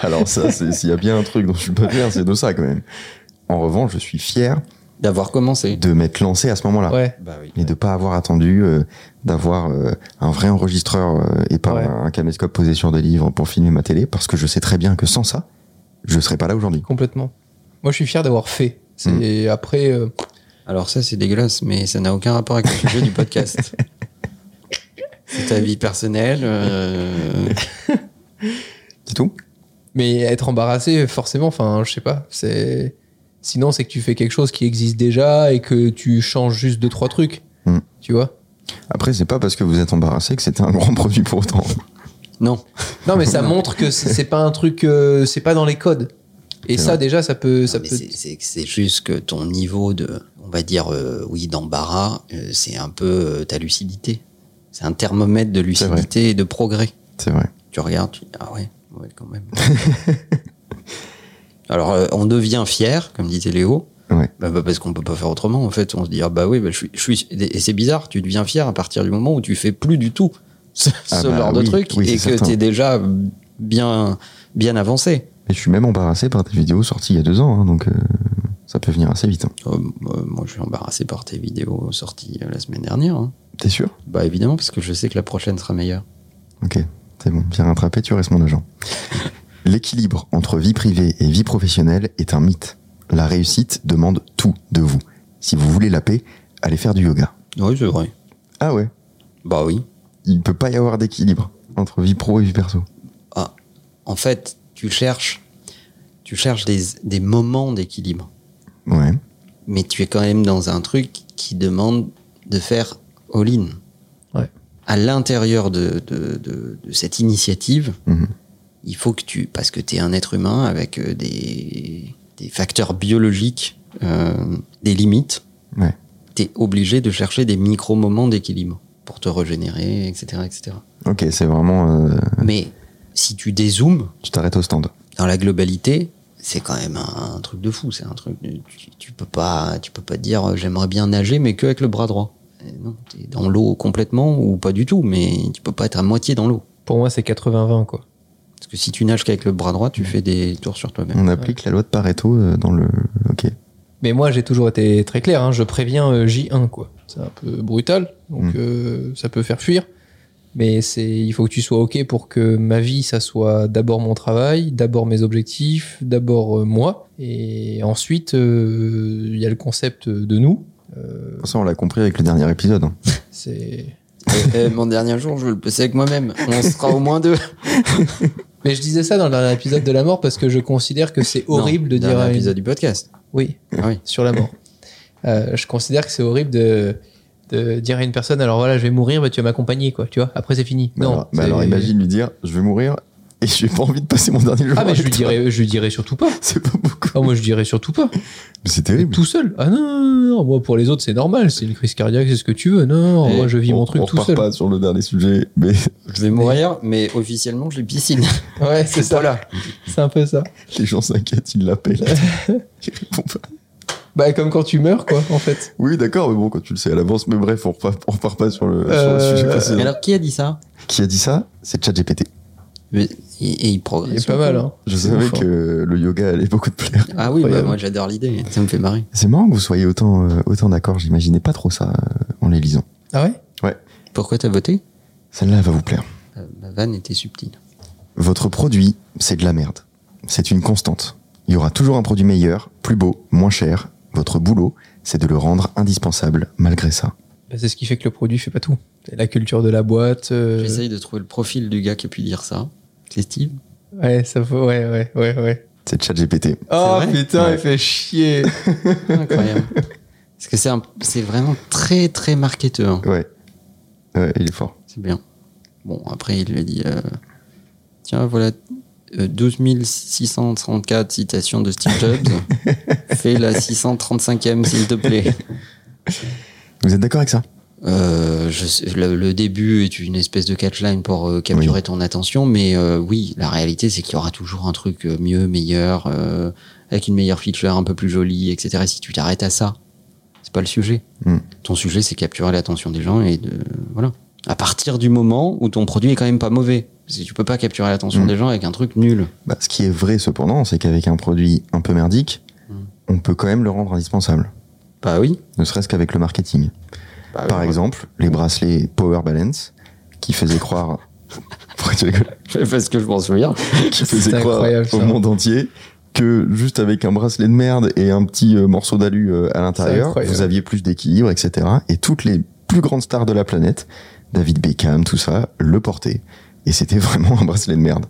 Speaker 1: Alors ça, c'est- s'il y a bien un truc dont je suis pas fier, c'est de ça quand même. En revanche, je suis fier
Speaker 3: D'avoir commencé.
Speaker 1: de m'être lancé à ce moment-là.
Speaker 2: Ouais.
Speaker 3: Bah oui.
Speaker 1: Et de pas avoir attendu euh, d'avoir euh, un vrai enregistreur euh, et pas
Speaker 2: Ouais.
Speaker 1: un caméscope posé sur des livres pour filmer ma télé, parce que je sais très bien que sans ça, je serais pas là aujourd'hui.
Speaker 2: Complètement. Moi, je suis fier d'avoir fait.
Speaker 1: Hmm.
Speaker 2: C'est après. euh,
Speaker 3: Alors ça, c'est dégueulasse, mais ça n'a aucun rapport avec le sujet du podcast. C'est ta vie personnelle. euh,
Speaker 1: C'est tout
Speaker 2: Mais être embarrassé, forcément. Enfin, je sais pas. C'est. Sinon, c'est que tu fais quelque chose qui existe déjà et que tu changes juste deux trois trucs.
Speaker 1: Hmm.
Speaker 2: Tu vois
Speaker 1: Après, c'est pas parce que vous êtes embarrassé que c'était un grand produit pour autant.
Speaker 3: Non.
Speaker 2: Non, mais ça montre que c'est c'est pas un truc. euh, c'est pas dans les codes. Et
Speaker 1: C'est
Speaker 2: ça,
Speaker 1: vrai.
Speaker 2: déjà, ça peut. Ça
Speaker 3: Non, mais
Speaker 2: peut...
Speaker 3: c'est- C'est c'est juste que ton niveau de, on va dire, euh, oui, d'embarras, euh, c'est un peu euh, ta lucidité. C'est un thermomètre de
Speaker 1: C'est vrai.
Speaker 3: lucidité et de progrès.
Speaker 1: C'est vrai.
Speaker 3: Tu regardes, tu dis, ah ouais, ouais, quand même. Alors, euh, on devient fier, comme disait Léo.
Speaker 1: Ouais.
Speaker 3: Bah, bah, parce qu'on peut pas faire autrement, en fait. On se dit, ah bah oui, bah, je suis, je suis- Et c'est bizarre, tu deviens fier à partir du moment où tu fais plus du tout ce,
Speaker 1: Ah
Speaker 3: ce
Speaker 1: bah
Speaker 3: genre de
Speaker 1: oui,
Speaker 3: truc
Speaker 1: oui,
Speaker 3: et
Speaker 1: c'est
Speaker 3: que
Speaker 1: certain.
Speaker 3: t'es déjà bien, bien avancé.
Speaker 1: Et je suis même embarrassé par tes vidéos sorties il y a deux ans, hein, donc euh, ça peut venir assez vite. hein.
Speaker 3: Euh, moi, moi, je suis embarrassé par tes vidéos sorties euh, la semaine dernière. hein.
Speaker 1: T'es sûr
Speaker 3: Bah évidemment, parce que je sais que la prochaine sera meilleure.
Speaker 1: Ok, c'est bon. Viens rattraper, tu restes mon agent. L'équilibre entre vie privée et vie professionnelle est un mythe. La réussite demande tout de vous. Si vous voulez la paix, allez faire du yoga.
Speaker 3: Oui, c'est vrai.
Speaker 1: Ah ouais
Speaker 3: Bah oui.
Speaker 1: Il ne peut pas y avoir d'équilibre entre vie pro et vie perso.
Speaker 3: Ah, En fait, tu cherches, tu cherches des, des moments d'équilibre.
Speaker 1: Ouais.
Speaker 3: mais tu es quand même dans un truc qui demande de faire all-in.
Speaker 2: Ouais.
Speaker 3: À l'intérieur de, de, de- de cette initiative,
Speaker 1: Mhm.
Speaker 3: il faut que tu. Parce que tu es un être humain avec euh, des, des facteurs biologiques, euh, des limites.
Speaker 1: Ouais.
Speaker 3: Tu es obligé de chercher des micro-moments d'équilibre pour te régénérer, etc. etc.
Speaker 1: Ok, c'est vraiment. euh,
Speaker 3: Mais si tu dézoomes,
Speaker 1: tu t'arrêtes au stand.
Speaker 3: dans la globalité, c'est quand même un, un truc de fou. C'est un truc, de- tu, tu peux pas, tu peux pas dire euh, j'aimerais bien nager, mais que avec le bras droit. Euh, Non, t'es dans l'eau complètement ou pas du tout, mais tu peux pas être à moitié dans l'eau.
Speaker 2: Pour moi, c'est 80-20, quoi.
Speaker 3: Parce que si tu nages qu'avec le bras droit, tu fais des tours sur toi-même.
Speaker 1: On applique la loi de Pareto euh, dans le. Ok.
Speaker 2: Mais moi, j'ai toujours été très clair. hein. Je préviens euh, J1, quoi. C'est un peu brutal, donc
Speaker 1: Mm.
Speaker 2: euh, ça peut faire fuir. Mais c'est, il faut que tu sois ok pour que ma vie, ça soit d'abord mon travail, d'abord mes objectifs, d'abord euh, moi, et ensuite euh, il y a le concept de nous. Euh,
Speaker 1: Ça, on l'a compris avec le dernier épisode. hein.
Speaker 2: c'est.
Speaker 3: Euh, euh, mon dernier jour, je vais le passer avec moi-même. On sera au moins deux.
Speaker 2: Mais je disais ça dans le dernier épisode de la mort parce que je considère que c'est horrible
Speaker 3: Non,
Speaker 2: de dire
Speaker 3: dernier
Speaker 2: à une-
Speaker 3: épisode du podcast.
Speaker 2: Oui,
Speaker 3: Ah oui.
Speaker 2: sur la mort. Euh, je considère que c'est horrible de, de dire à une personne alors voilà, je vais mourir, bah, tu vas m'accompagner, quoi, tu vois. Après, c'est fini.
Speaker 1: Mais
Speaker 2: non.
Speaker 1: Bah alors, mais
Speaker 2: c'est-
Speaker 1: alors imagine lui dire je vais mourir et j'ai pas envie de passer mon dernier jour.
Speaker 2: Ah, mais je
Speaker 1: avec
Speaker 2: lui
Speaker 1: toi.
Speaker 2: dirais, je lui dirais surtout pas.
Speaker 1: C'est pas beaucoup.
Speaker 2: Ah, moi, je dirais surtout pas.
Speaker 1: Mais c'est
Speaker 2: Mais
Speaker 1: terrible.
Speaker 2: tout seul. Ah non, non, non, moi, pour les autres, c'est normal. C'est une crise cardiaque, c'est ce que tu veux. Non, non,
Speaker 3: Et
Speaker 2: moi, je vis
Speaker 1: on,
Speaker 2: mon truc
Speaker 1: on
Speaker 2: tout
Speaker 1: repart
Speaker 2: seul.
Speaker 1: pas sur le dernier sujet, mais
Speaker 3: Je vais mourir, mais officiellement, je les piscine.
Speaker 2: Ouais, c'est ça.
Speaker 3: Voilà.
Speaker 2: C'est un peu ça.
Speaker 1: les gens s'inquiètent, ils l'appellent. Ils répondent pas.
Speaker 2: Bah, comme quand tu meurs, quoi, en fait.
Speaker 1: Oui, d'accord, mais bon, quand tu le sais à l'avance, mais bref, on repart, on repart pas sur le,
Speaker 2: Euh,
Speaker 1: sur le sujet
Speaker 3: Mais
Speaker 1: précédent.
Speaker 3: alors, qui a dit ça
Speaker 1: Qui a dit ça C'est ChatGPT.
Speaker 3: Mais- Et, et il
Speaker 2: Il
Speaker 3: progresse.
Speaker 2: est pas mal, hein.
Speaker 1: Ah, Je
Speaker 2: C'est
Speaker 1: savais
Speaker 2: ouf, hein.
Speaker 1: que le yoga allait beaucoup te plaire.
Speaker 3: Ah oui, bah,
Speaker 2: Incroyable.
Speaker 3: moi j'adore l'idée. Ça me fait marrer.
Speaker 1: C'est marrant que vous soyez autant, euh, autant d'accord, j'imaginais pas trop ça euh, en les lisant.
Speaker 2: Ah ouais
Speaker 3: Pourquoi t'as voté
Speaker 1: Celle-là elle va vous plaire.
Speaker 3: Euh, Ma vanne était subtile.
Speaker 1: Votre produit, c'est de la merde. C'est une constante. Il y aura toujours un produit meilleur, plus beau, moins cher. Votre boulot, c'est de le rendre indispensable malgré ça.
Speaker 2: Bah, C'est ce qui fait que le produit fait pas tout. C'est la culture de la boîte. euh,
Speaker 3: J'essaye de trouver le profil du gars qui a pu dire ça. C'est Steve
Speaker 2: Ouais, ça faut. Ouais, ouais, ouais, ouais.
Speaker 1: C'est ChatGPT.
Speaker 2: Oh
Speaker 3: vrai
Speaker 2: putain,
Speaker 1: Ouais.
Speaker 2: il fait chier.
Speaker 3: Incroyable. Parce que c'est un- c'est vraiment très très hein. marketeur.
Speaker 1: Ouais. Ouais, il est fort.
Speaker 3: C'est bien. Bon, après il lui a dit euh, Tiens, voilà euh, 12 634 citations de Steve Jobs. Fais la 635e, s'il te plaît.
Speaker 1: Vous êtes d'accord avec ça
Speaker 3: Euh, je sais- le, le début est une espèce de catchline pour euh, capturer ton attention, mais euh, oui, la réalité, c'est qu'il y aura toujours un truc euh, mieux, meilleur, euh, avec une meilleure feature, un peu plus jolie, etc. Si tu t'arrêtes à ça, c'est pas le sujet.
Speaker 1: Mm.
Speaker 3: Ton sujet, c'est capturer l'attention des gens et de voilà. À partir du moment où ton produit est quand même pas mauvais, parce que tu peux pas capturer l'attention
Speaker 1: Mm.
Speaker 3: des gens avec un truc nul.
Speaker 1: Bah, Ce qui est vrai cependant, c'est qu'avec un produit un peu merdique,
Speaker 3: Mm.
Speaker 1: on peut quand même le rendre indispensable,
Speaker 3: Bah oui.
Speaker 1: ne serait-ce qu'avec le marketing.
Speaker 3: Bah,
Speaker 1: Par
Speaker 3: oui.
Speaker 1: exemple, les bracelets Power Balance, qui faisaient croire, Pourquoi tu rigoles
Speaker 3: parce que je m'en souviens.
Speaker 1: qui faisait
Speaker 2: C'est
Speaker 1: croire
Speaker 2: incroyable,
Speaker 1: au
Speaker 2: ça.
Speaker 1: monde entier que juste avec un bracelet de merde et un petit euh, morceau d'alu euh, à l'intérieur,
Speaker 2: incroyable.
Speaker 1: vous aviez plus d'équilibre, etc. Et toutes les plus grandes stars de la planète, David Beckham, tout ça, le portaient. Et c'était vraiment un bracelet de merde.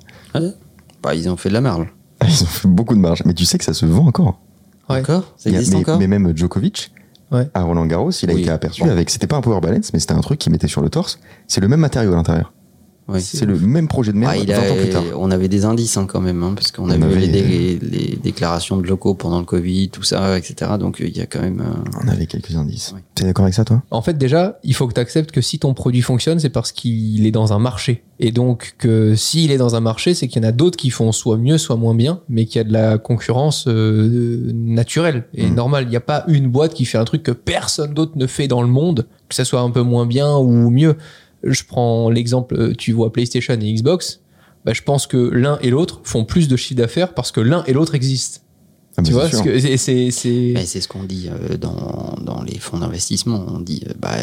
Speaker 3: Bah ils ont fait de la merle.
Speaker 1: Ils ont fait beaucoup de marge. Mais tu sais que ça se vend encore.
Speaker 2: Ouais.
Speaker 3: Encore Ça
Speaker 1: Il y a-
Speaker 3: existe
Speaker 1: mais,
Speaker 3: encore
Speaker 1: mais même Djokovic,
Speaker 2: Ouais.
Speaker 1: à Roland Garros, il a
Speaker 3: Oui,
Speaker 1: été aperçu
Speaker 3: bon.
Speaker 1: avec. C'était pas un power balance, mais c'était un truc qu'il mettait sur le torse. C'est le même matériau à l'intériaut.
Speaker 3: Ouais.
Speaker 1: C'est le même projet de merde
Speaker 3: Ah, il
Speaker 1: 20 ans
Speaker 3: a-
Speaker 1: plus tard.
Speaker 3: On avait des indices hein, quand même, hein, parce qu'on
Speaker 1: On
Speaker 3: a vu
Speaker 1: avait-
Speaker 3: les, dé- les déclarations de locaux pendant le Covid, tout ça, etc. Donc euh, il y a quand même. euh,
Speaker 1: On avait quelques indices.
Speaker 3: Oui.
Speaker 1: T'es d'accord avec ça, toi Ah,
Speaker 2: En fait, déjà, il faut que tu acceptes que si ton produit fonctionne, c'est parce qu'il est dans un marché. Et donc, que s'il est dans un marché, c'est qu'il y en a d'autres qui font soit mieux, soit moins bien, mais qu'il y a de la concurrence euh, naturelle et
Speaker 1: Mhm.
Speaker 2: normale. Il n'y a pas une boîte qui fait un truc que personne d'autre ne fait dans le monde, que ça soit un peu moins bien ou mieux. Je prends l'exemple, euh, tu vois PlayStation et Xbox. Bah, je pense que l'un et l'autre font plus de chiffre d'affaires parce que l'un et l'autre existent.
Speaker 1: Ah, mais
Speaker 2: tu
Speaker 1: c'est
Speaker 2: vois,
Speaker 1: sûr.
Speaker 2: parce que bah, c'est- c'est- c'est-
Speaker 3: mais c'est ce qu'on dit euh, dans, dans les fonds d'investissement. On dit euh, bah,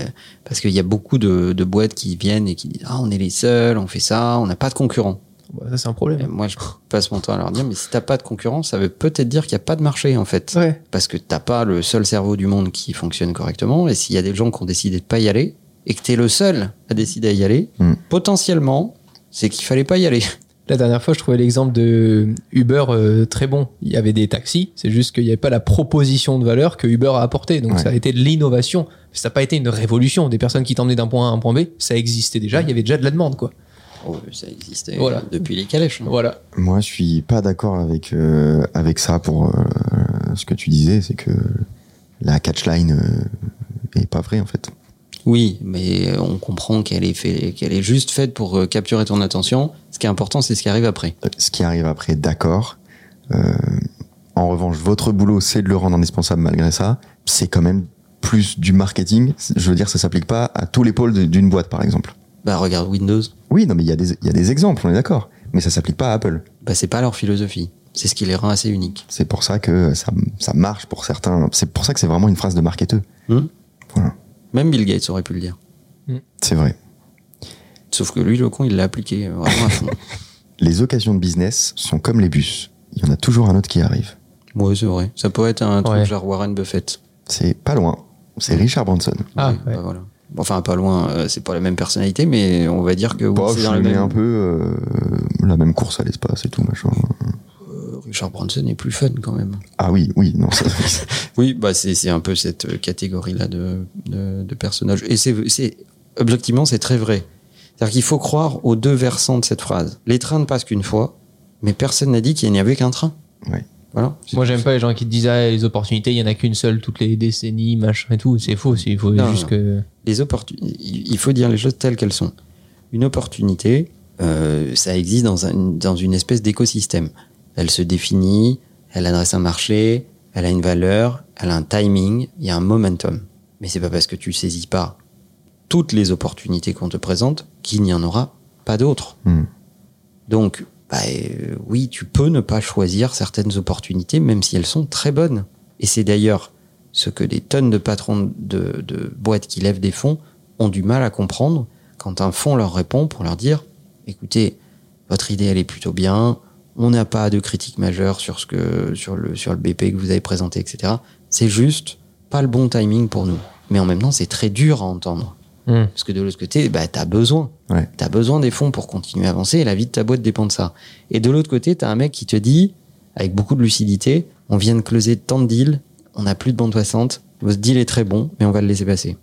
Speaker 3: parce qu'il y a beaucoup de, de boîtes qui viennent et qui disent ah on est les seuls, on fait ça, on n'a pas de concurrents.
Speaker 2: Bah, ça, c'est un
Speaker 3: Et
Speaker 2: problème.
Speaker 3: moi je passe mon temps à leur dire mais si t'as pas de concurrents, ça veut peut-être dire qu'il n'y a pas de marché en fait.
Speaker 2: Ouais.
Speaker 3: parce que t'as pas le seul cerveau du monde qui fonctionne correctement. Et s'il y a des gens qui ont décidé de pas y aller et que t'es le seul à décider à y aller,
Speaker 1: Hmm.
Speaker 3: potentiellement, c'est qu'il fallait pas y aller.
Speaker 2: La dernière fois, je trouvais l'exemple de Uber euh, très bon. Il y avait des taxis, c'est juste qu'il n'y avait pas la proposition de valeur que Uber a apportée. Donc
Speaker 1: Ouais.
Speaker 2: ça a été de l'innovation. Ça n'a pas été une révolution. Des personnes qui t'emmenaient d'un point A à un point B, ça existait déjà. Il y avait déjà de la demande, quoi.
Speaker 3: Oh, ça existait
Speaker 2: Voilà.
Speaker 3: depuis les calèches. hein.
Speaker 2: Voilà.
Speaker 1: Moi, je suis pas d'accord avec euh, avec ça pour euh, ce que tu disais, c'est que la catchline euh, est pas vraie en fait.
Speaker 3: Oui, mais euh, on comprend qu'elle est, fait, qu'elle est juste faite pour euh, capturer ton attention. Ce qui est important, c'est ce qui arrive après.
Speaker 1: Ce qui arrive après, d'accord. Euh, en revanche, votre boulot, c'est de le rendre indispensable malgré ça. C'est quand même plus du marketing. Je veux dire, ça s'applique pas à tous les pôles de- d'une boîte, par exemple.
Speaker 3: Bah regarde Windows,
Speaker 1: Oui, non, mais il y a des il y a des exemples, on est d'accord. Mais ça s'applique pas à Apple.
Speaker 3: bah c'est pas leur philosophie. C'est ce qui les rend assez uniques.
Speaker 1: C'est pour ça que ça ça marche pour certains. C'est pour ça que c'est vraiment une phrase de marketeur.
Speaker 3: Même Bill Gates aurait pu le dire.
Speaker 1: C'est vrai.
Speaker 3: Sauf que lui, le con, il l'a appliqué euh, vraiment à fond.
Speaker 1: Les occasions de business sont comme les bus. Il y en a toujours un autre qui arrive.
Speaker 3: ouais, c'est vrai. Ça pourrait être un truc
Speaker 2: Ouais.
Speaker 3: genre Warren Buffett.
Speaker 1: C'est pas loin. C'est Richard Branson.
Speaker 2: Ah,
Speaker 3: Ouais,
Speaker 2: ouais.
Speaker 3: bah voilà. Bon, Enfin, pas loin, euh, c'est pas la même personnalité, mais on va dire que oui,
Speaker 1: Poche,
Speaker 3: c'est dans
Speaker 1: je
Speaker 3: le
Speaker 1: le mets
Speaker 3: même-
Speaker 1: un peu euh, la même course à l'espace et tout machin.
Speaker 3: Euh, Richard Branson est plus fun quand même.
Speaker 1: Ah oui, oui, non, ça,
Speaker 3: Oui, bah c'est c'est un peu cette euh, catégorie-là de, de, de personnages. Et c'est- c'est objectivement, c'est très vrai. C'est-à-dire qu'il faut croire aux deux versants de cette phrase. Les trains ne passent qu'une fois, mais personne n'a dit qu'il n'y avait qu'un train.
Speaker 1: Ouais.
Speaker 3: Voilà.
Speaker 2: Moi, j'aime pas les gens qui te disent ah, les opportunités, il y en a qu'une seule toutes les décennies, machin et tout. C'est faux. c'est- Il faut
Speaker 3: Non,
Speaker 2: juste
Speaker 3: non.
Speaker 2: que.
Speaker 3: les opportunités. Il faut dire les choses telles qu'elles sont. Une opportunité, euh, ça existe dans, un- dans une espèce d'écosystème. Elle se définit, elle adresse un marché, elle a une valeur, elle a un timing, il y a un momentum. Mais c'est pas parce que tu saisis pas toutes les opportunités qu'on te présente qu'il n'y en aura pas d'autres.
Speaker 1: Hmm.
Speaker 3: Donc, bah, euh, oui, tu peux ne pas choisir certaines opportunités, même si elles sont très bonnes. Et c'est d'ailleurs ce que des tonnes de patrons de, de boîtes qui lèvent des fonds ont du mal à comprendre quand un fonds leur répond pour leur dire écoutez, votre idée elle est plutôt bien, on n'a pas de critique majeure sur, ce que, sur, le, sur le BP que vous avez présenté, etc. C'est juste pas le bon timing pour nous. Mais en même temps, c'est très dur à entendre.
Speaker 2: Hmm.
Speaker 3: Parce que de l'autre côté, bah, tu as besoin.
Speaker 1: Ouais.
Speaker 3: Tu as besoin des fonds pour continuer à avancer et la vie de ta boîte dépend de ça. Et de l'autre côté, tu as un mec qui te dit, avec beaucoup de lucidité, on vient de closer tant de deals, on n'a plus de bande passante, votre deal est très bon, mais on va le laisser passer.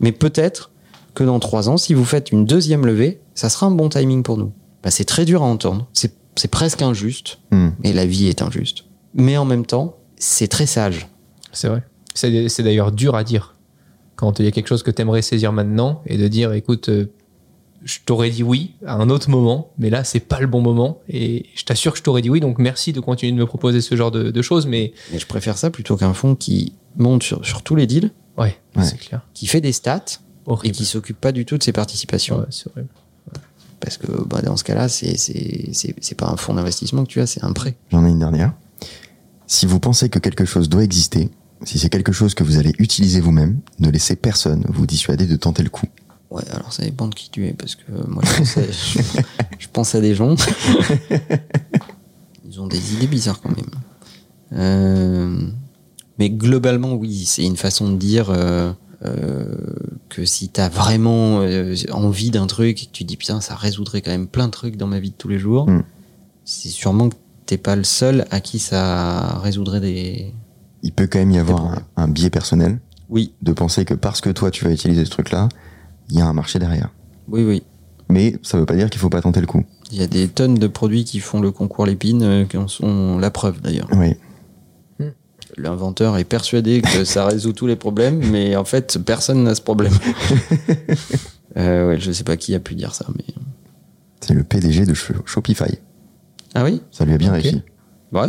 Speaker 3: Mais peut-être que dans trois ans, si vous faites une deuxième levée, ça sera un bon timing pour nous. Bah, c'est très dur à entendre. C'est- C'est presque injuste,
Speaker 1: Hmm.
Speaker 3: et la vie est injuste. Mais en même temps, c'est très sage.
Speaker 2: C'est vrai. C'est c'est d'ailleurs dur à dire. Quand il y a quelque chose que tu aimerais saisir maintenant et de dire, écoute, euh, je t'aurais dit oui à un autre moment, mais là, c'est pas le bon moment. Et je t'assure que je t'aurais dit oui, donc merci de continuer de me proposer ce genre de, de choses. Mais
Speaker 3: Mais je préfère ça plutôt qu'un fonds qui monte sur, sur tous les deals,
Speaker 2: ouais,
Speaker 1: Ouais.
Speaker 2: c'est clair.
Speaker 3: qui fait des stats et
Speaker 2: Horrible.
Speaker 3: qui s'occupe pas du tout de ses participations.
Speaker 2: Ouais, c'est horrible.
Speaker 3: Parce que bah, dans ce cas-là, c'est- c'est c'est- c'est pas un fonds d'investissement que tu as, c'est un prêt.
Speaker 1: J'en ai une dernière. Si vous pensez que quelque chose doit exister, si c'est quelque chose que vous allez utiliser vous-même, ne laissez personne vous dissuader de tenter le coup.
Speaker 3: Ouais, alors ça dépend de qui tu es, parce que moi je pense à, je- je pense à des gens. Ils ont des idées bizarres quand même. Euh, mais globalement, oui, c'est une façon de dire euh, euh, que si t'as vraiment euh, envie d'un truc et que tu dis putain, ça résoudrait quand même plein de trucs dans ma vie de tous les jours,
Speaker 1: Mm.
Speaker 3: c'est sûrement que t'es pas le seul à qui ça résoudrait des.
Speaker 1: Il peut quand même y avoir
Speaker 3: problème.
Speaker 1: un, un biais personnel
Speaker 3: Oui,
Speaker 1: de penser que parce que toi tu vas utiliser ce truc-là, il y a un marché derrière.
Speaker 3: oui, oui.
Speaker 1: Mais ça veut pas dire qu'il faut pas tenter le coup.
Speaker 3: Il y a des tonnes de produits qui font le concours Lépine, euh, qui en sont la preuve d'ailleurs.
Speaker 1: Oui.
Speaker 3: L'inventeur est persuadé que ça résout tous les problèmes, mais en fait, personne n'a ce problème. euh, ouais, je sais pas qui a pu dire ça, mais.
Speaker 1: C'est le PDG de Sh- Shopify.
Speaker 3: Ah oui
Speaker 1: Ça lui a bien
Speaker 2: Ok.
Speaker 1: réussi.
Speaker 3: Ouais,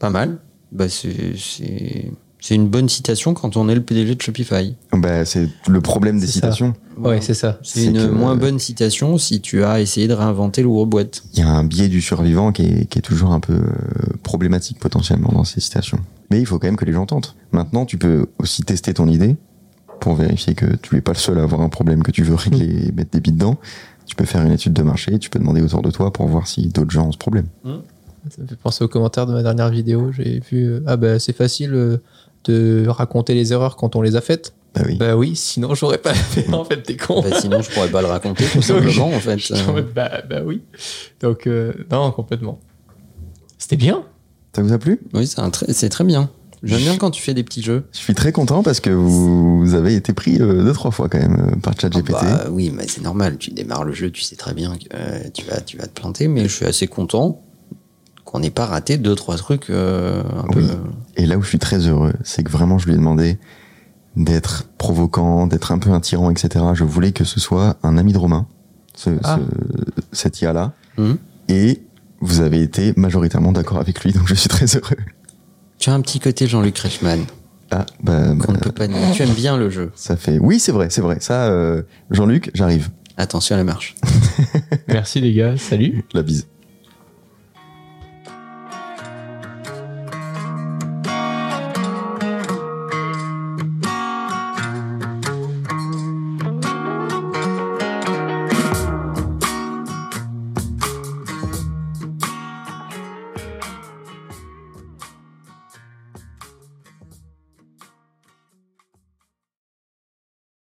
Speaker 3: pas mal. Bah, c'est- c'est c'est une bonne citation quand on est le PDG de Shopify.
Speaker 1: Bah, c'est le problème des
Speaker 2: C'est ça.
Speaker 1: citations.
Speaker 2: Ouais, c'est ça.
Speaker 3: C'est
Speaker 1: c'est
Speaker 3: une
Speaker 1: que-
Speaker 3: moins bonne citation si tu as essayé de réinventer l'ouvre-boîte.
Speaker 1: Il y a un biais du survivant qui est, qui est toujours un peu euh, problématique potentiellement dans ces citations. Mais il faut quand même que les gens tentent. Maintenant, tu peux aussi tester ton idée pour vérifier que tu n'es pas le seul à avoir un problème que tu veux
Speaker 3: Mmh.
Speaker 1: régler et mettre des billes dedans. Tu peux faire une étude de marché, tu peux demander autour de toi pour voir si d'autres gens ont ce problème.
Speaker 2: Ça me fait penser aux commentaires de ma dernière vidéo. J'ai vu, euh, ah bah c'est facile euh, de raconter les erreurs quand on les a faites.
Speaker 1: Bah oui.
Speaker 2: Bah oui, sinon j'aurais pas fait. En fait, t'es con.
Speaker 3: Bah, sinon, je pourrais pas le raconter, tout
Speaker 2: Donc,
Speaker 3: simplement, en fait. euh.
Speaker 2: j'étais en mode, bah, bah oui. Donc, euh, non, complètement. C'était bien.
Speaker 1: Ça vous a plu
Speaker 3: Oui, c'est un très- c'est très bien. J'aime bien quand tu fais des petits jeux.
Speaker 1: Je suis très content parce que vous, vous avez été pris euh, deux, trois fois quand même euh, par ChatGPT.
Speaker 3: Ah bah oui, mais c'est normal. Tu démarres le jeu, tu sais très bien que euh, tu, vas, tu vas te planter, mais je suis assez content qu'on n'ait pas raté deux, trois trucs euh, un
Speaker 1: Oui.
Speaker 3: peu. euh,
Speaker 1: Et là où je suis très heureux, c'est que vraiment je lui ai demandé d'être provocant, d'être un peu un tyran, etc. Je voulais que ce soit un ami de Romain, ce,
Speaker 2: Ah.
Speaker 1: ce- cette IA-là.
Speaker 3: Mhm.
Speaker 1: Et vous avez été majoritairement d'accord avec lui, donc je suis très heureux.
Speaker 3: Tu as un petit côté Jean-Luc Reichmann,
Speaker 1: Ah, bah,
Speaker 3: qu'on ne
Speaker 1: bah,
Speaker 3: peut pas nier. Tu aimes bien le jeu.
Speaker 1: ça fait... Oui, c'est vrai, c'est vrai. Ça, euh, Jean-Luc, j'arrive.
Speaker 3: Attention à la marche.
Speaker 2: Merci les gars. Salut.
Speaker 1: La bise.